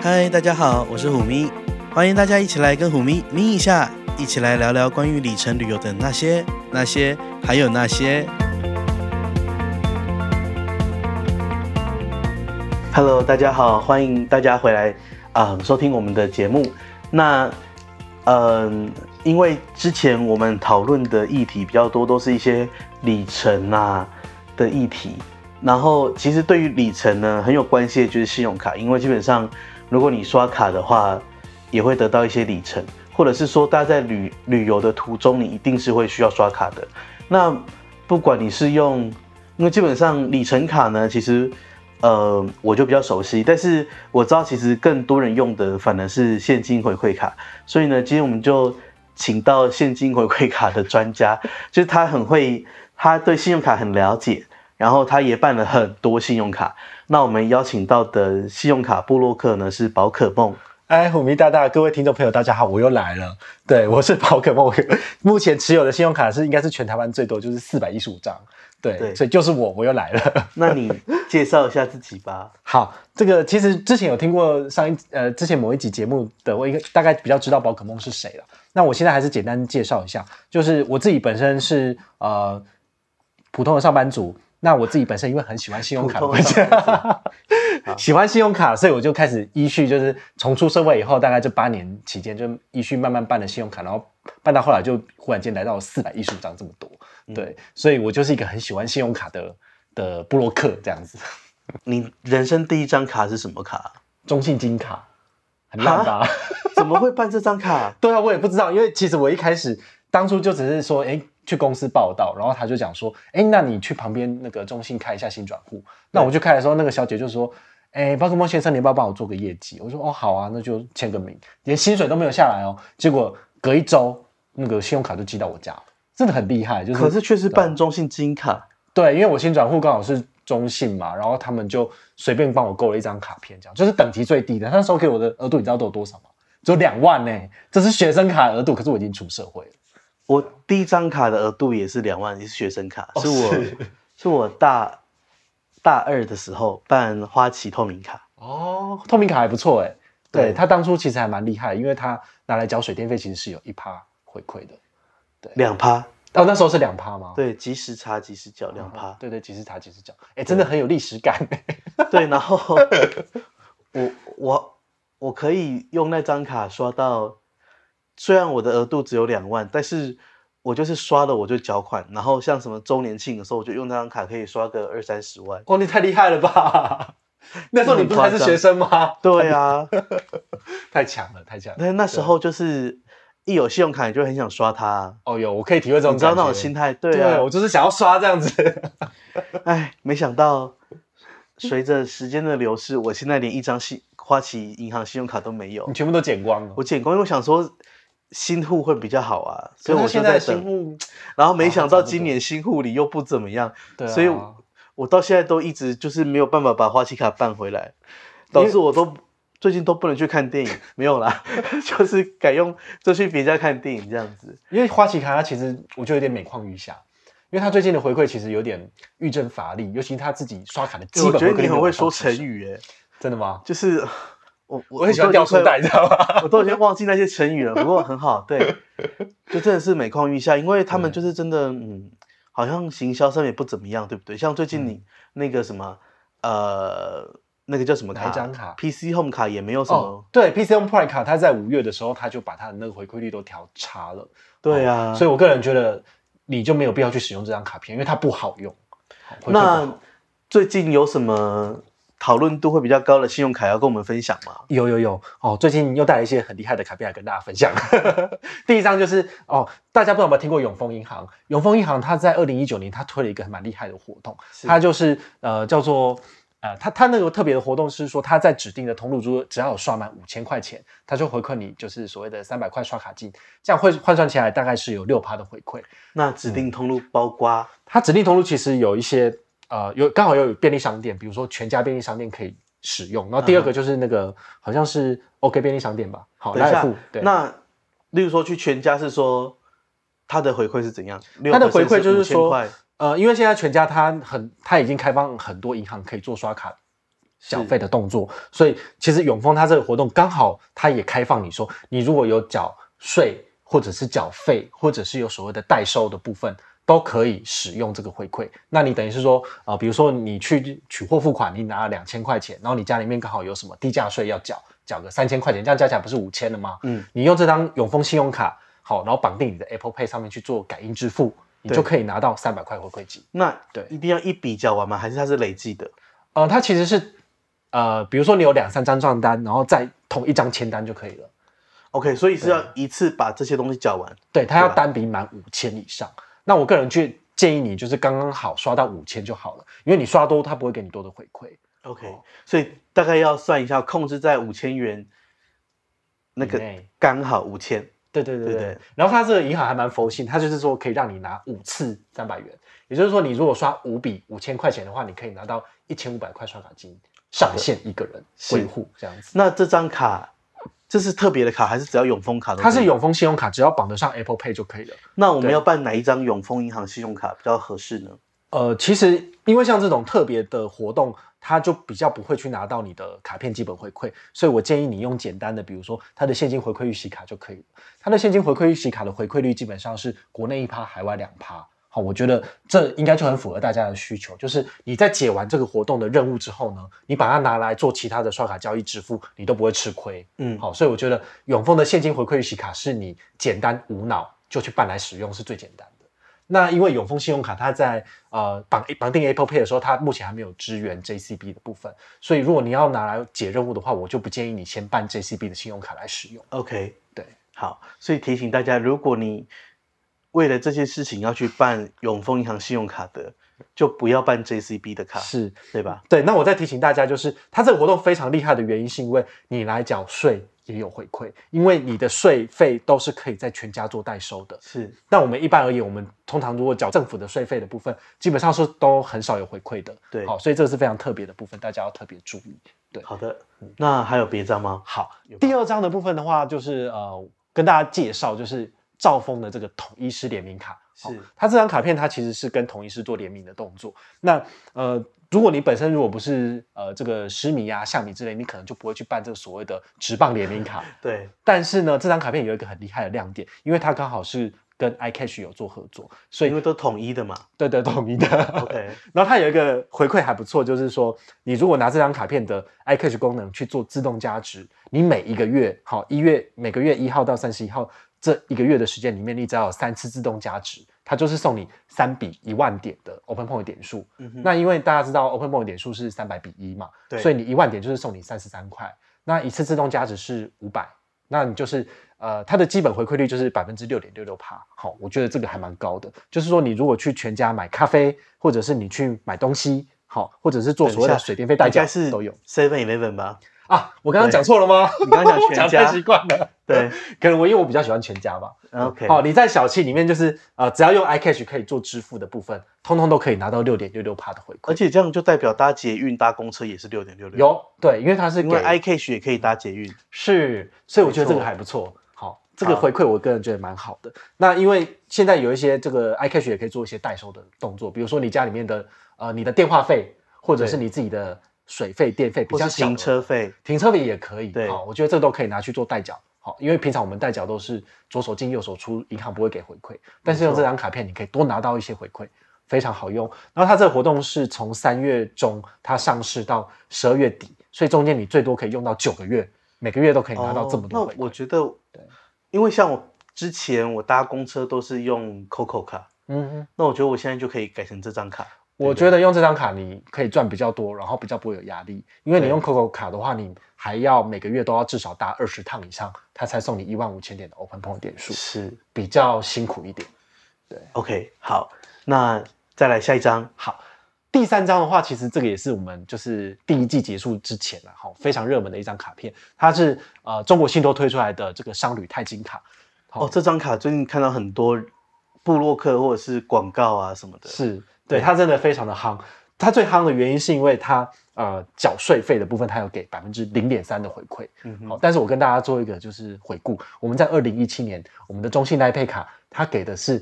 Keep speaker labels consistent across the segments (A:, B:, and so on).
A: 嗨，大家好，我是虎咪，欢迎大家一起来跟虎咪咪一下，一起来聊聊关于里程旅游的那些、那些，还有那些。Hello，大家好，欢迎大家回来啊、收听我们的节目。那嗯、因为之前我们讨论的议题比较多，都是一些里程啊的议题。然后其实对于里程呢，很有关系的就是信用卡，因为基本上如果你刷卡的话，也会得到一些里程，或者是说大家在旅旅游的途中，你一定是会需要刷卡的。那不管你是用，因为基本上里程卡呢，其实呃我就比较熟悉，但是我知道其实更多人用的反而是现金回馈卡，所以呢，今天我们就请到现金回馈卡的专家，就是他很会，他对信用卡很了解，然后他也办了很多信用卡。那我们邀请到的信用卡部落客呢是宝可梦，
B: 哎，虎迷大大，各位听众朋友，大家好，我又来了。对，我是 宝可梦，我目前持有的信用卡是应该是全台湾最多，就是四百一十五张。对，
A: 对
B: 所以就是我，我又来了。
A: 那你介绍一下自己吧。
B: 好，这个其实之前有听过上一呃之前某一集节目的，我应该大概比较知道宝可梦是谁了。那我现在还是简单介绍一下，就是我自己本身是呃普通的上班族。那我自己本身因为很喜欢信用卡的
A: 普
B: 关
A: 通
B: 系，
A: 上班
B: 喜欢信用卡，所以我就开始依序就是从出社会以后，大概这八年期间就依序慢慢办了信用卡，然后办到后来就忽然间来到四百一十五张这么多。
A: 嗯
B: 对，所以我就是一个很喜欢信用卡的的布洛克这样子。
A: 你人生第一张卡是什么卡？
B: 中信金卡，很烂吧？
A: 怎么会办这张卡？
B: 对啊，我也不知道，因为其实我一开始当初就只是说，哎，去公司报道，然后他就讲说，哎，那你去旁边那个中信开一下新转户。那我就开的时候，那个小姐就说。哎，宝可梦先生，你要不要帮我做个业绩？我说哦，好啊，那就签个名，连薪水都没有下来哦。结果隔一周，那个信用卡就寄到我家了，真的很厉害。就是
A: 可是却是办中信金卡，
B: 对，因为我新转户刚好是中信嘛，然后他们就随便帮我购了一张卡片，这样就是等级最低的。那时候给我的额度你知道都有多少吗？只有两万呢、这是学生卡额度，可是我已经出社会了。
A: 我第一张卡的额度也是两万，也是学生卡，是我
B: 是
A: 是我大大二的时候办花旗透明卡，
B: 哦，透明卡还不错哎、对
A: 对
B: 他当初其实还蛮厉害，因为他拿来缴水电费其实是有一趴回馈的。
A: 两趴，
B: 哦，那时候是两趴吗？嗯
A: 对，及时查及时缴两趴，
B: 对对，几时查几时缴，哎，真的很有历史感、欸
A: 对，然后我我我可以用那张卡刷到，虽然我的额度只有两万，但是我就是刷了我就缴款，然后像什么周年庆的时候，我就用那张卡可以刷个二三十万。
B: 哦，你太厉害了吧！ 那时候你不是还是学生吗？
A: 对啊，
B: 太强了，太强了。
A: 那那时候就是一有信用卡你就很想刷它啊、
B: 哦哟，我可以体会这种
A: 你知道
B: 感
A: 那种
B: 觉欸
A: 心态，对
B: 对
A: 啊，
B: 我就是想要刷这 样子。
A: 哎，没想到随着时间的流逝，我现在连一张信花旗银行信用卡都没有
B: 你。全部都剪光了。
A: 我剪光，因为我想说新户会比较好啊，所以我
B: 可
A: 就是
B: 现
A: 在
B: 在新
A: 等。
B: 户，
A: 然后没想
B: 啊
A: 到
B: 差不多
A: 今年新户里又不怎么样，
B: 对啊
A: 所以我我到现在都一直就是没有办法把花旗卡办回来，导致我都最近都不能去看电影，没有啦， 就是改用就去别家看电影这样子。
B: 因为花旗卡它其实我就有点每况愈下，因为它最近的回馈其实有点遇症乏力，尤其他自己刷卡的基
A: 我
B: 本回馈
A: 觉
B: 率
A: 得你很会说成
B: 没有办法上手，
A: 语诶、欸
B: 真的吗？
A: 就是 我我
B: 我很喜欢掉书袋，你知 道吗？
A: 我都已经忘记那些成语了，不过很好，对，就真的是每况愈下，因为他们就是真的，嗯，好像行销上面也不怎么样，对不对？像最
B: 嗯
A: 近你那个什么，呃，那个叫什么卡？
B: 哪一张卡
A: ？PC Home 卡也没有什
B: 哦
A: 么，，
B: 对，PC Home Prime 卡，它在五月的时候，它就把它的那个回馈率都调差了。
A: 对啊
B: 哦所以我个人觉得你就没有必要去使用这张卡片，因为它不好用。好回馈不好
A: 那最近有什么讨论度会比较高的信用卡要跟我们分享吗？
B: 有有有哦，最近又带来一些很厉害的卡片来跟大家分享。 第一张就是哦，大家不知道有没有听过永丰银行？永丰银行它在二零一九年它推了一个蛮厉害的活动，
A: 是
B: 它就是呃叫做呃它它那个特别的活动是说，它在指定的通路珠只要有刷满五千块钱，它就回馈你就是所谓的三百块刷卡金，这样会换算起来大概是有六趴的回馈。
A: 那指定
B: 嗯
A: 通路包括
B: 它指定通路其实有一些呃，有刚好有便利商店，比如说全家便利商店可以使用。然后第二个就是那个、好像是 OK 便利商店吧，好，
A: 嗯等一
B: 来
A: 下
B: 付。对，，
A: 那例如说去全家是说它的回馈是怎样？
B: 它的回馈就是
A: 6%是
B: 说
A: 5000块，
B: 呃，因为现在全家它很它已经开放很多银行可以做刷卡缴费的动作。所以其实永丰它这个活动刚好它也开放，你说你如果有缴税或者是缴费，或者是有所谓的代收的部分。都可以使用这个回馈，那你等于是说，呃，比如说你去取货付款，你拿了两千块钱，然后你家里面刚好有什么低价税要缴，缴个三千块钱，这样加起来不是五千了吗？
A: 嗯，
B: 你用这张永丰信用卡，好，然后绑定你的 Apple Pay 上面去做感应支付，你
A: 对
B: 就可以拿到三百块回馈金。
A: 那
B: 对
A: 一定要一笔缴完吗？还是它是累计的？
B: 呃，它其实是，呃，比如说你有两三张账单，然后再同一张签单就可以了。
A: OK，所以是要一次把这些东西缴完。
B: 对，它要
A: 对吧
B: 单笔满五千以上。那我个人建建议你就是刚刚好刷到五千就好了，因为你刷多，它不会给你多的回馈。
A: OK，、
B: 哦
A: 所以大概要算一下，控制在五千元，那
B: 以
A: 个
B: 内
A: 刚好五千。
B: 对对对
A: 对
B: 对
A: 对
B: 然后它这个银行还蛮佛性，它就是说可以让你拿五次三百元，也就是说你如果刷五笔五千块钱的话，你可以拿到一千五百块刷卡金，上限一个人
A: 是
B: 维护这样子。
A: 那这张卡，这是特别的卡还是只要永丰卡都可以？
B: 它是永丰信用卡，只要绑得上 Apple Pay 就可以了。
A: 那我们
B: 对
A: 要办哪一张永丰银行信用卡比较合适呢？
B: 呃，其实因为像这种特别的活动，它就比较不会去拿到你的卡片基本回馈，所以我建议你用简单的，比如说它的现金回馈预习卡就可以了。它的现金回馈预习卡的回馈率基本上是国内一趴，海外两趴。好，我觉得这应该就很符合大家的需求，就是你在解完这个活动的任务之后呢，你把它拿来做其他的刷卡交易支付，你都不会吃亏。
A: 嗯，
B: 好，所以我觉得永丰的现金回馈预习卡是你简单无脑就去办来使用是最简单的。那因为永丰信用卡它在呃绑绑定 Apple Pay 的时候，它目前还没有支援 JCB 的部分，所以如果你要拿来解任务的话，我就不建议你先办 JCB 的信用卡来使用。
A: OK，
B: 对，
A: 好，所以提醒大家，如果你为了这些事情要去办永丰银行信用卡的，就不要办 JCB 的卡，
B: 是
A: 对吧？
B: 对。那我再提醒大家，就是它这个活动非常厉害的原因，是因为你来缴税也有回馈，因为你的税费都是可以在全家做代收的。
A: 是
B: 那我们一般而言，我们通常如果缴政府的税费的部分，基本上是都很少有回馈的。
A: 对
B: 好，所以这是非常特别的部分，大家要特别注意。对
A: 好的。那还有别张吗？
B: 好，第二章的部分的话，就是呃，跟大家介绍就是兆丰的这个统一师联名卡。好
A: 是
B: 它这张卡片它其实是跟统一师做联名的动作。那呃，如果你本身如果不是呃这个诗迷啊、象迷之类，你可能就不会去办这个所谓的直棒联 名卡。
A: 对，
B: 但是呢，这张卡片有一个很厉害的亮点，因为它刚好是跟 iCash 有做合作，所以
A: 因为都统一的嘛。
B: 对对统一的。
A: OK，
B: 然后它有一个回馈还不错，就是说你如果拿这张卡片的 iCash 功能去做自动加值，你每一个月，好一月每个月一号到三十一号这一个月的时间里面，你只要有三次自动加值，它就是送你三笔一万点的 OpenPoint 点数。
A: 嗯哼，
B: 那因为大家知道 OpenPoint 点数是三百比一嘛，
A: 对
B: 所以你一万点就是送你三十三块，那一次自动加值是五百，那你就是呃它的基本回馈率就是百分之六点六六趴，好，我觉得这个还蛮高的，就是说你如果去全家买咖啡，或者是你去买东西，好，或者是做所谓的水电费代
A: 应
B: 缴
A: 该是
B: 都有
A: Seven Eleven 吧？
B: 啊，我刚刚讲错了吗？
A: 你刚刚讲
B: 我
A: 全
B: 太
A: 家
B: 习惯了，
A: 对，
B: 可能我因为我比较喜欢全家吧。
A: ，OK，
B: 嗯好、你在小气里面就是呃，只要用 iCash 可以做支付的部分，通通都可以拿到六点六六趴的回馈
A: 而。且这样就代表搭捷运、搭公车也是六点六六，
B: 有对，因为它是
A: 因为
B: 给
A: iCash 也可以搭捷运。
B: 是，所以我觉得这
A: 没错
B: 个还不错。好，这个
A: 好
B: 回馈我个人觉得蛮好的。那因为现在有一些这个 iCash 也可以做一些代收的动作，比如说你家里面的呃你的电话费，或者
A: 对
B: 是你自己的水费、电费，比
A: 或
B: 较
A: 是
B: 小
A: 停
B: 的
A: 车费，
B: 停车费也可以。
A: 对
B: 好，我觉得这都可以拿去做代缴。好，因为平常我们代缴都是左手进右手出，银行不会给回馈，但是用
A: 没错
B: 这张卡片你可以多拿到一些回馈，非常好用。然后它这个活动是从三月中它上市到十二月底，所以中间你最多可以用到九个月，每个月都可以拿到这么多
A: 哦
B: 回馈。
A: 那我觉得
B: 对，
A: 因为像我之前我搭公车都是用 COCO 卡，
B: 嗯哼，
A: 那我觉得我现在就可以改成这张卡。
B: 我觉得用这张卡你可以赚比较多，然后比较不会有压力，因为你
A: 对
B: 用 COCO 卡的话，你还要每个月都要至少搭二十趟以上，它才送你一万五千点的 Open Point 点数，
A: 是
B: 比较辛苦一点。
A: OK，好，那再来下一张。
B: 好，第三张的话，其实这个也是我们就是第一季结束之前啊，好非常热门的一张卡片，它是呃中国信托推出来的这个商旅钛金卡。好
A: 哦，这张卡最近看到很多部落客或者是广告啊什么的。
B: 是对它真的非常的夯。它最夯的原因是因为它呃缴税费的部分，它有给百分之零点三的回馈。
A: 嗯哼
B: 好，但是我跟大家做一个就是回顾，我们在二零一七年，我们的中信赖配卡它给的是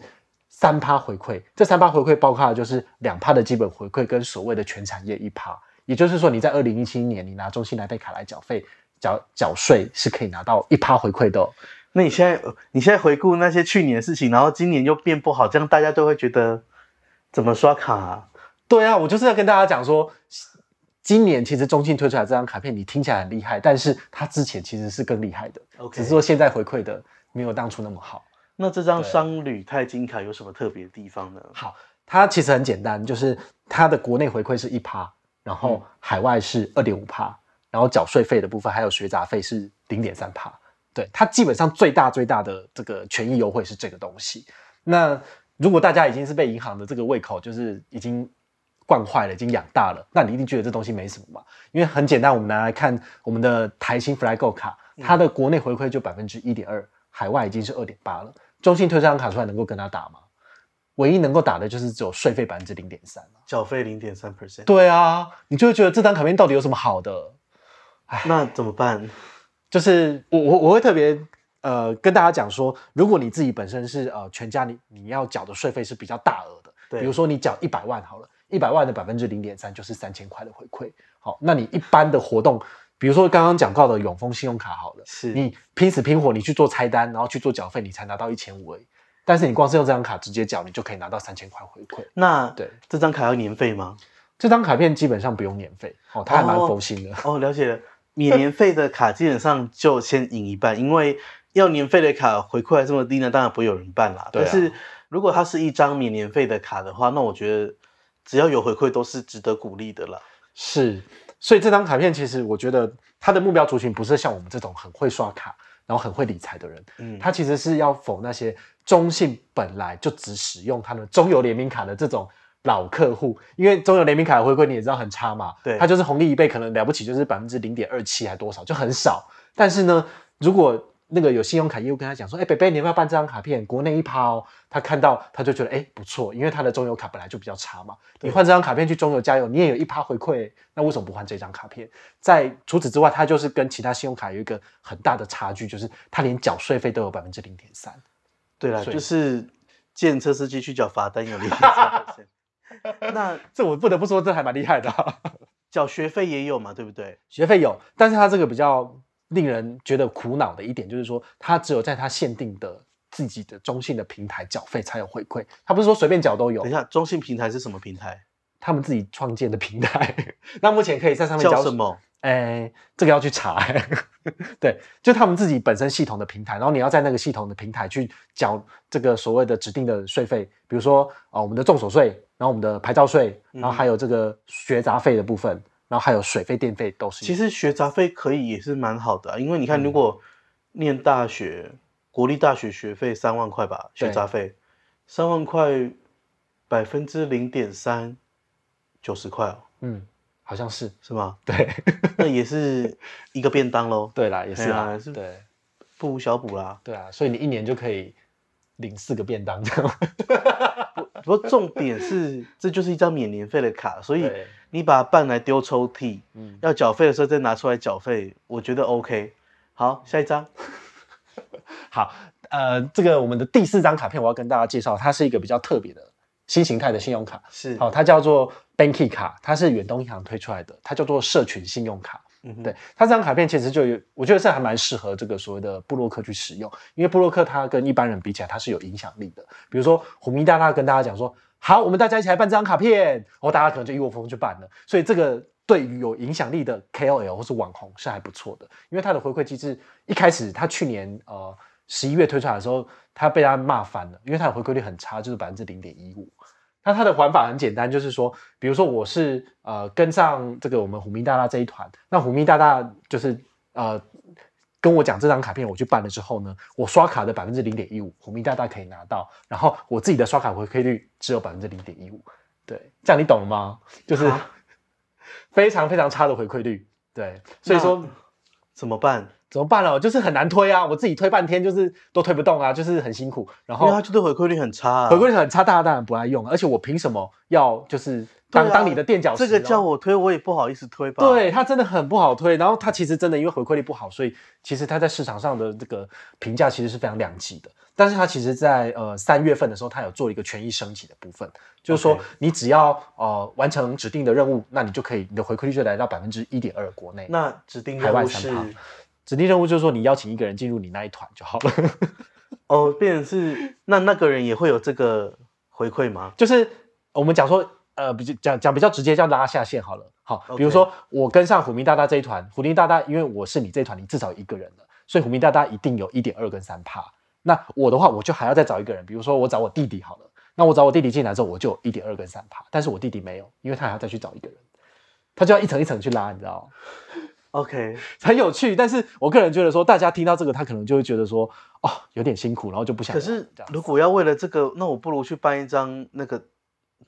B: 三趴回馈，这三趴回馈包括的就是两趴的基本回馈跟所谓的全产业一趴。也就是说，你在二零一七年你拿中信来贝卡来缴费缴缴税是可以拿到一趴回馈的哦、
A: 那你现在呃你现在回顾那些去年的事情，然后今年又变不好，这样大家都会觉得怎么刷卡啊、
B: 对啊，我就是要跟大家讲说，今年其实中信推出来这张卡片，你听起来很厉害，但是它之前其实是更厉害的
A: OK
B: 只是说现在回馈的没有当初那么好。
A: 那这张
B: 对
A: 商旅钛金卡有什么特别的地方呢？
B: 好，它其实很简单，就是它的国内回馈是一趴，然
A: 嗯
B: 后海外是二点五趴，然后缴税费的部分还有学杂费是零点三趴。对，它基本上最大最大的这个权益优惠是这个东西。那如果大家已经是被银行的这个胃口就是已经惯坏了，已经养大了，那你一定觉得这东西没什么嘛？因为很简单，我们拿来看我们的台新 FlyGo 卡，它的国内回馈就百分之一点二，海外已经是二点八了。中信推这张卡出来能够跟它打吗？唯一能够打的就是只有税费百分之零点三
A: 缴费零点三 percent，
B: 对啊，你就会觉得这张卡片到底有什么好的？
A: 那怎么办？
B: 就是我我我会特别呃跟大家讲说，如果你自己本身是呃全家你你要缴的税费是比较大额的，
A: 对
B: 比如说你缴一百万好了，一百万的百分之零点三就是三千块的回馈。好，那你一般的活动，比如说刚刚讲到的永丰信用卡好了，
A: 是
B: 你拼死拼活你去做拆单，然后去做缴费，你才拿到一千五而已。但是你光是用这张卡直接缴，你就可以拿到三千块回馈。
A: 那
B: 对，
A: 这张卡要年费吗？
B: 这张卡片基本上不用年费，哦，它还蛮
A: 哦
B: 佛心的。
A: 哦，了解了。免年费的卡基本上就先赢一半，因为要年费的卡回馈还这么低呢，当然不会有人办啦。
B: 对啊
A: 但是如果它是一张免年费的卡的话，那我觉得只要有回馈都是值得鼓励的啦。
B: 是，所以这张卡片其实我觉得它的目标族群不是像我们这种很会刷卡，然后很会理财的人，
A: 嗯，
B: 它其实是要否那些中信本来就只使用他们中油联名卡的这种老客户，因为中油联名卡的回馈你也知道很差嘛，
A: 对
B: 它就是红利一倍，可能了不起就是百分之零点二七还多少，就很少。但是呢，如果那个有信用卡业务跟他讲说，哎、北北你要不要办这张卡片？国内一趴哦，他看到他就觉得哎、不错，因为他的中油卡本来就比较差嘛，你
A: 对
B: 换这张卡片去中油加油，你也有一趴回馈，那为什么不换这张卡片？在除此之外，它就是跟其他信用卡有一个很大的差距，就是它连缴税费都有百分之零点三。
A: 对啦，
B: 所以
A: 就是建车司机去缴罚单有零点三 percent，那
B: 这我不得不说，这还蛮厉害的、啊。
A: 缴学费也有嘛，对不对？
B: 学费有，但是它这个比较令人觉得苦恼的一点就是说，它只有在它限定的自己的中信的平台缴费才有回馈，它不是说随便缴都有
A: 等一，下，中信平台是什么平台？
B: 他们自己创建的平台。 那目前可以在上面
A: 叫
B: 缴
A: 什？么？
B: 哎，这个要去查、 对，就他们自己本身系统的平台，然后你要在那个系统的平台去缴这个所谓的指定的税费，比如说啊、呃我们的重所税，然后我们的牌照税，然后还有这个学杂费的部分，然后还有水费、电费都是有。嗯
A: 其实学杂费可以也是蛮好的、啊，因为你看，如果念大学，国立大学学费三万块吧，
B: 对
A: 学杂费三万块，百分之零点三，九十块哦，
B: 嗯，好像是
A: 是吗？
B: 对
A: 那也是一个便当喽，
B: 对啦，也是啦，
A: 哎呀是
B: 对
A: 不无小补啦。
B: 对啊，所以你一年就可以领四个便当这样。
A: 不过重点是，这就是一张免年费的卡，所以
B: 对
A: 你把它办来丢抽屉，
B: 嗯
A: 要缴费的时候再拿出来缴费，我觉得 OK。好，下一张，
B: 好，呃，这个我们的第四张卡片我要跟大家介绍，它是一个比较特别的新形态的信用卡。
A: 是
B: 好，哦它叫做 Banky 卡，它是远东银行推出来的，它叫做社群信用卡。
A: 嗯哼
B: 对，它这张卡片其实就有，我觉得是还蛮适合这个所谓的布洛克去使用，因为布洛克他跟一般人比起来，他是有影响力的。比如说虎迷大大跟大家讲说，好，我们大家一起来办这张卡片，然后大家可能就一窝蜂去办了。所以这个对于有影响力的 KOL 或是网红是还不错的，因为它的回馈机制一开始它去年呃十一月推出来的时候，它被大家骂翻了，因为它的回馈率很差，就是百分之零点一五。那它的玩法很简单，就是说，比如说我是呃跟上这个我们虎迷大大这一团，那虎迷大大就是呃跟我讲这张卡片我去办了之后呢，我刷卡的百分之零点一五，虎迷大大可以拿到，然后我自己的刷卡回馈率只有百分之零点一五，对，这样你懂了吗？就是
A: 啊
B: 非常非常差的回馈率，对，所以说
A: 那怎么办？
B: 怎么办呢？就是很难推啊，我自己推半天就是都推不动啊，就是很辛苦，然
A: 因
B: 后
A: 为它就对回馈率很差、啊，
B: 回归率很差，大家当然不爱用。而且我凭什么要就是
A: 对啊
B: 当当你的垫脚石
A: 这
B: 哦。
A: 个叫我推，我也不好意思推吧。，
B: 对它真的很不好推，然后它其实真的因为回馈率不好，所以其实它在市场上的这个评价其实是非常两极的。但是它其实在呃三月份的时候，它有做一个权益升级的部分，就是说
A: OK
B: 你只要呃完成指定的任务，那你就可以你的回馈率就来到百分之一点二国内。
A: 那指定
B: 海
A: 任
B: 外
A: 务
B: 三
A: 是
B: 趴指定任务就是说你邀请一个人进入你那一团就好了，
A: 哦，变成是那那个人也会有这个回馈吗？
B: 就是我们讲说呃比较讲讲比较直接叫拉下线好了。好，比如
A: OK
B: 说我跟上虎明大大这一团，虎明大大因为我是你这一团，你至少一个人了，所以虎明大大一定有一点二跟三趴。那我的话，我就还要再找一个人，比如说我找我弟弟好了。那我找我弟弟进来之后，我就有一点二跟三趴，但是我弟弟没有，因为他还要再去找一个人，他就要一层一层去拉，你知道吗？
A: OK，
B: 很有趣，但是我个人觉得说，大家听到这个，他可能就会觉得说，哦，有点辛苦，然后就不想
A: 可
B: 玩。
A: 是
B: 这样
A: 如果要为了这个，那我不如去办一张那个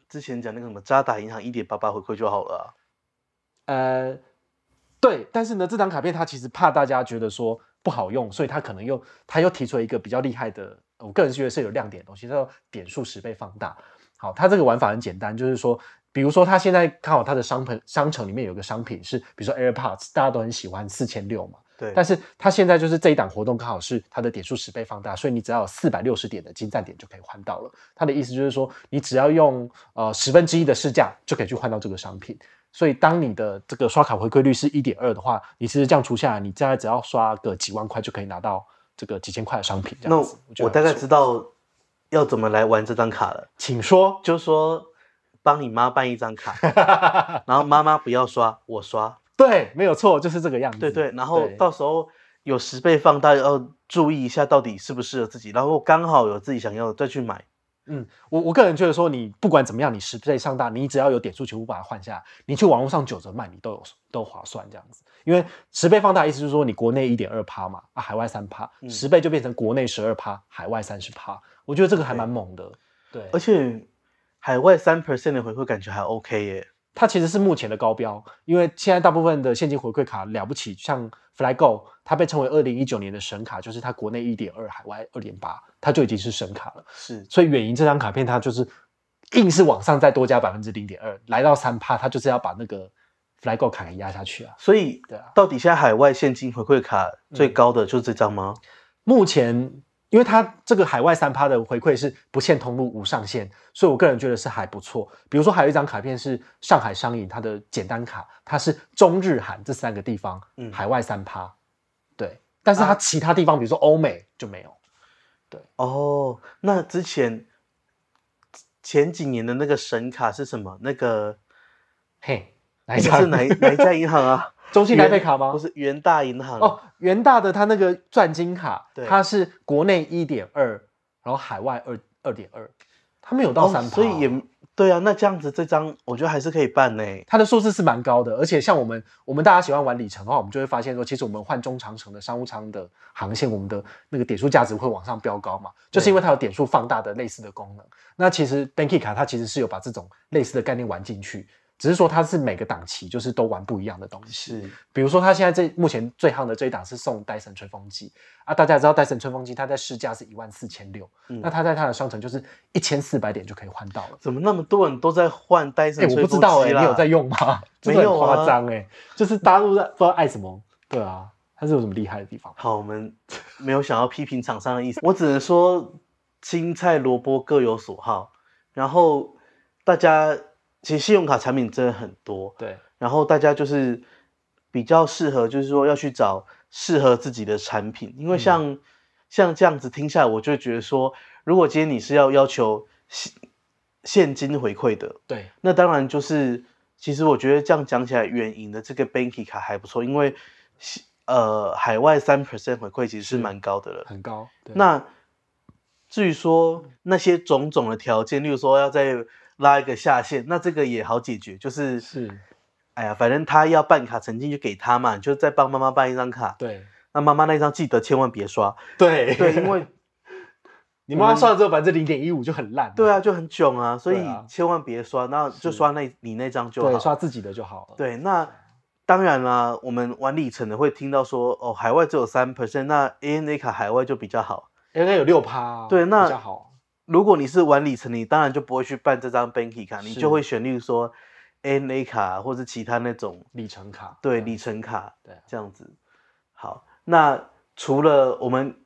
A: 之前讲那个什么渣打银行一点八八回馈就好了啊、
B: 呃，对，但是呢，这张卡片它其实怕大家觉得说不好用，所以它可能又它又提出了一个比较厉害的，呃我个人是觉得是有亮点的东西，叫做点数十倍放大。好，它这个玩法很简单，就是说，比如说它现在看好它的商品商城里面有个商品是，比如说 AirPods，大家都很喜欢四千六嘛，
A: 对，
B: 但是它现在就是这一档活动刚好是它的点数十倍放大，所以你只要有四百六十点的金赞点就可以换到了。它的意思就是说，你只要用呃十分之一的市价就可以去换到这个商品。所以当你的这个刷卡回馈率是一点二的话，你其实这样除下来，你大概只要刷个几万块就可以拿到这个几千块的商品。这
A: 那我
B: 样子
A: 我大概
B: 知，
A: 知道要怎么来玩这张卡了，
B: 请说，
A: 就说帮你妈办一张卡，然后妈妈不要刷，我刷，
B: 对，没有错，就是这个样子。
A: 对对，然后
B: 对
A: 到时候有十倍放大，要注意一下到底适不适合自己，然后刚好有自己想要的再去买。
B: 嗯，我我个人觉得说，你不管怎么样，你十倍上大，你只要有点数全部把它换下来，你去网络上九折卖，你都有都划算这样子。因为十倍放大意思就是说，你国内一点二趴嘛，啊，海外三趴，
A: 嗯
B: 十倍就变成国内十二趴，海外三十趴。我觉得这个还蛮猛的。对，
A: 而且海外三 percent 的回馈感觉还 OK 耶。
B: 它其实是目前的高标，因为现在大部分的现金回馈卡了不起，像 FlyGo，它被称为二零一九年的神卡，就是它国内一点二，海外二点八，它就已经是神卡了。
A: 是，
B: 所以远银这张卡片它就是硬是往上再多加百分之零点二，来到三趴，它就是要把那个 FlyGo 卡给压下去啊。
A: 所以
B: 对啊，
A: 到底现在海外现金回馈卡最
B: 嗯
A: 高的就是这张吗？
B: 目前因为它这个海外三趴的回馈是不限通路无上限，所以我个人觉得是还不错。比如说还有一张卡片是上海商银它的简单卡，它是中日韩这三个地方
A: 嗯
B: 海外三趴，对，但是它
A: 啊
B: 其他地方比如说欧美就没有。
A: 哦，那之前前几年的那个神卡是什么？那个
B: 嘿，哪
A: 那个
B: 一
A: 是
B: 张？
A: 哪一哪一家银行啊？
B: 中信台北
A: 元
B: 卡 吗？
A: 不是元大银行
B: 哦，元大的它那个钻金卡
A: 嗯对，
B: 它是国内一点二，然后海外二二点二，它没有到
A: 哦
B: 三趴、
A: 所以也对啊。那这样子这张我觉得还是可以办呢。
B: 它的数字是蛮高的，而且像我们我们大家喜欢玩里程的话，我们就会发现说，其实我们换中长程的商务舱的航线，我们的那个点数价值会往上飙高嘛，就是因为它有点数放大的类似的功能。那其实 Banky 卡它其实是有把这种类似的概念玩进去，只是说它是每个档期就是都玩不一样的东西。
A: 是
B: 比如说，它现在这目前最夯的这一档是送戴森吹风机啊，大家也知道戴森吹风机它在市价是一万四千六，
A: 嗯
B: 那它在它的商城就是一千四百点就可以换到了。
A: 怎么那么多人都在换戴
B: 哎、
A: 森
B: 我
A: 吹
B: 不
A: 风
B: 知
A: 机啦？
B: 道哎、你有在用吗？ 真的
A: 没有
B: 很
A: 啊
B: 夸张哎，就是大家都在不知道爱什么，对啊，它是有什么厉害的地方？
A: 好，我们 没有想要批评厂商的意思，我只能说青菜萝卜各有所好。然后大家其实信用卡产品真的很多，
B: 对，
A: 然后大家就是比较适合，就是说要去找适合自己的产品，
B: 嗯
A: 因为像、像这样子听下来，我就觉得说，如果今天你是要要求现现金回馈的，
B: 对，
A: 那当然就是，其实我觉得这样讲起来，远银的这个 Banky 卡还不错，因为西呃海外三 percent 回馈其实是蛮高的了。
B: 很高。对
A: 那至于说那些种种的条件，例如说要再拉一个下线，那这个也好解决，就是
B: 是，
A: 哎呀，反正他要办卡，曾经就给他嘛，你就再帮妈妈办一张卡。
B: 对
A: 那妈妈那一张记得千万别刷，
B: 对
A: 对， 因为
B: 你妈妈算了之后百分之零点一五就很烂了，
A: 对啊就很囧啊，所以
B: 对啊
A: 千万别刷，那就是刷那你那张就好。
B: 对，刷自己的就好了。
A: 对，那当然啦，我们玩里程的会听到说，哦，海外只有三 percent，那 ANA 卡海外就比较好。
B: 应该有六趴、
A: 对那
B: 比较好。
A: 如果你是玩里程，你当然就不会去办这张 Banky 卡，你
B: 是
A: 就会选，例如说 NA 卡啊或是其他那种
B: 里程卡，
A: 对里程卡
B: 对啊
A: 这样子。好，那除了我们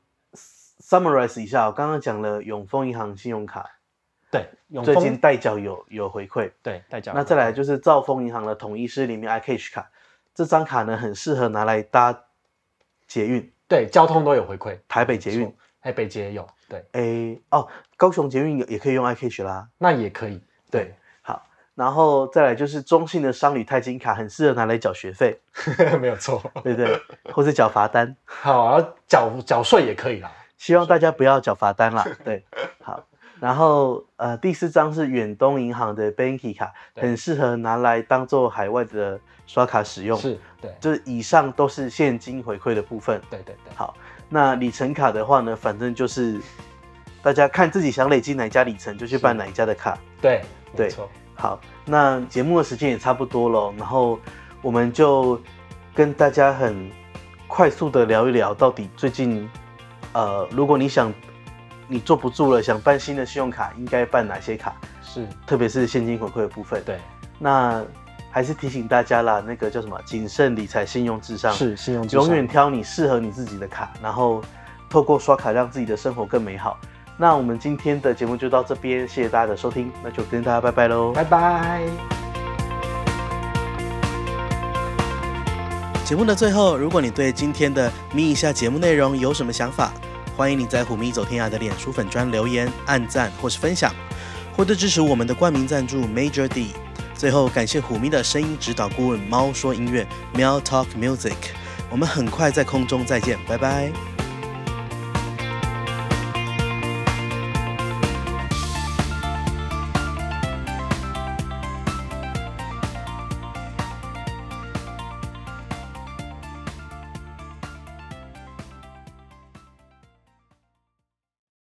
A: summarize 一下，我刚刚讲了永丰银行信用卡
B: 对，永
A: 最近
B: 丰
A: 代缴有有回馈，
B: 对代缴卡，
A: 那再来就是兆丰银行的统一狮里面 iCash 卡，这张卡呢很适合拿来搭捷运，
B: 对交通都有回馈，
A: 台北捷运
B: 没，错，哎，北捷也有，对，
A: 诶哦，高雄捷运也也可以用 iCash 啦。
B: 那也可以，
A: 对，好，然后再来就是中信的商旅钛金卡，很适合拿来缴学费，
B: 没有错。
A: 对不对？或是缴罚单，
B: 好，然后缴缴税也可以啦，
A: 希望大家不要缴罚单啦。对，好。然后呃，第四张是远东银行的 Banky 卡，
B: 对
A: 很适合拿来当做海外的刷卡使用。，
B: 是，对，
A: 就是以上都是现金回馈的部分。
B: 对对对，
A: 那里程卡的话呢，反正就是大家看自己想累积哪一家里程，就去办哪一家的卡。
B: 对，
A: 对
B: 没错，
A: 好，那节目的时间也差不多了，然后我们就跟大家很快速的聊一聊，到底最近，呃，如果你想你坐不住了，想办新的信用卡，应该办哪些卡？
B: 是，
A: 特别是现金回馈的部分。，
B: 对，
A: 那还是提醒大家啦，那个叫什么，谨慎理财，信用至上，
B: 是信用至上
A: 永远挑你适合你自己的卡，然后透过刷卡让自己的生活更美好。那我们今天的节目就到这边，谢谢大家的收听，那就跟大家拜拜喽，
B: 拜拜。
A: 节目的最后，如果你对今天的咪一下节目内容有什么想法，欢迎你在虎咪走天涯的脸书粉专留言、按赞或是分享，或者支持我们的冠名赞助 Major D。最后，感谢虎咪的声音指导顾问猫说音乐 Meow Talk Music。我们很快在空中再见，拜拜。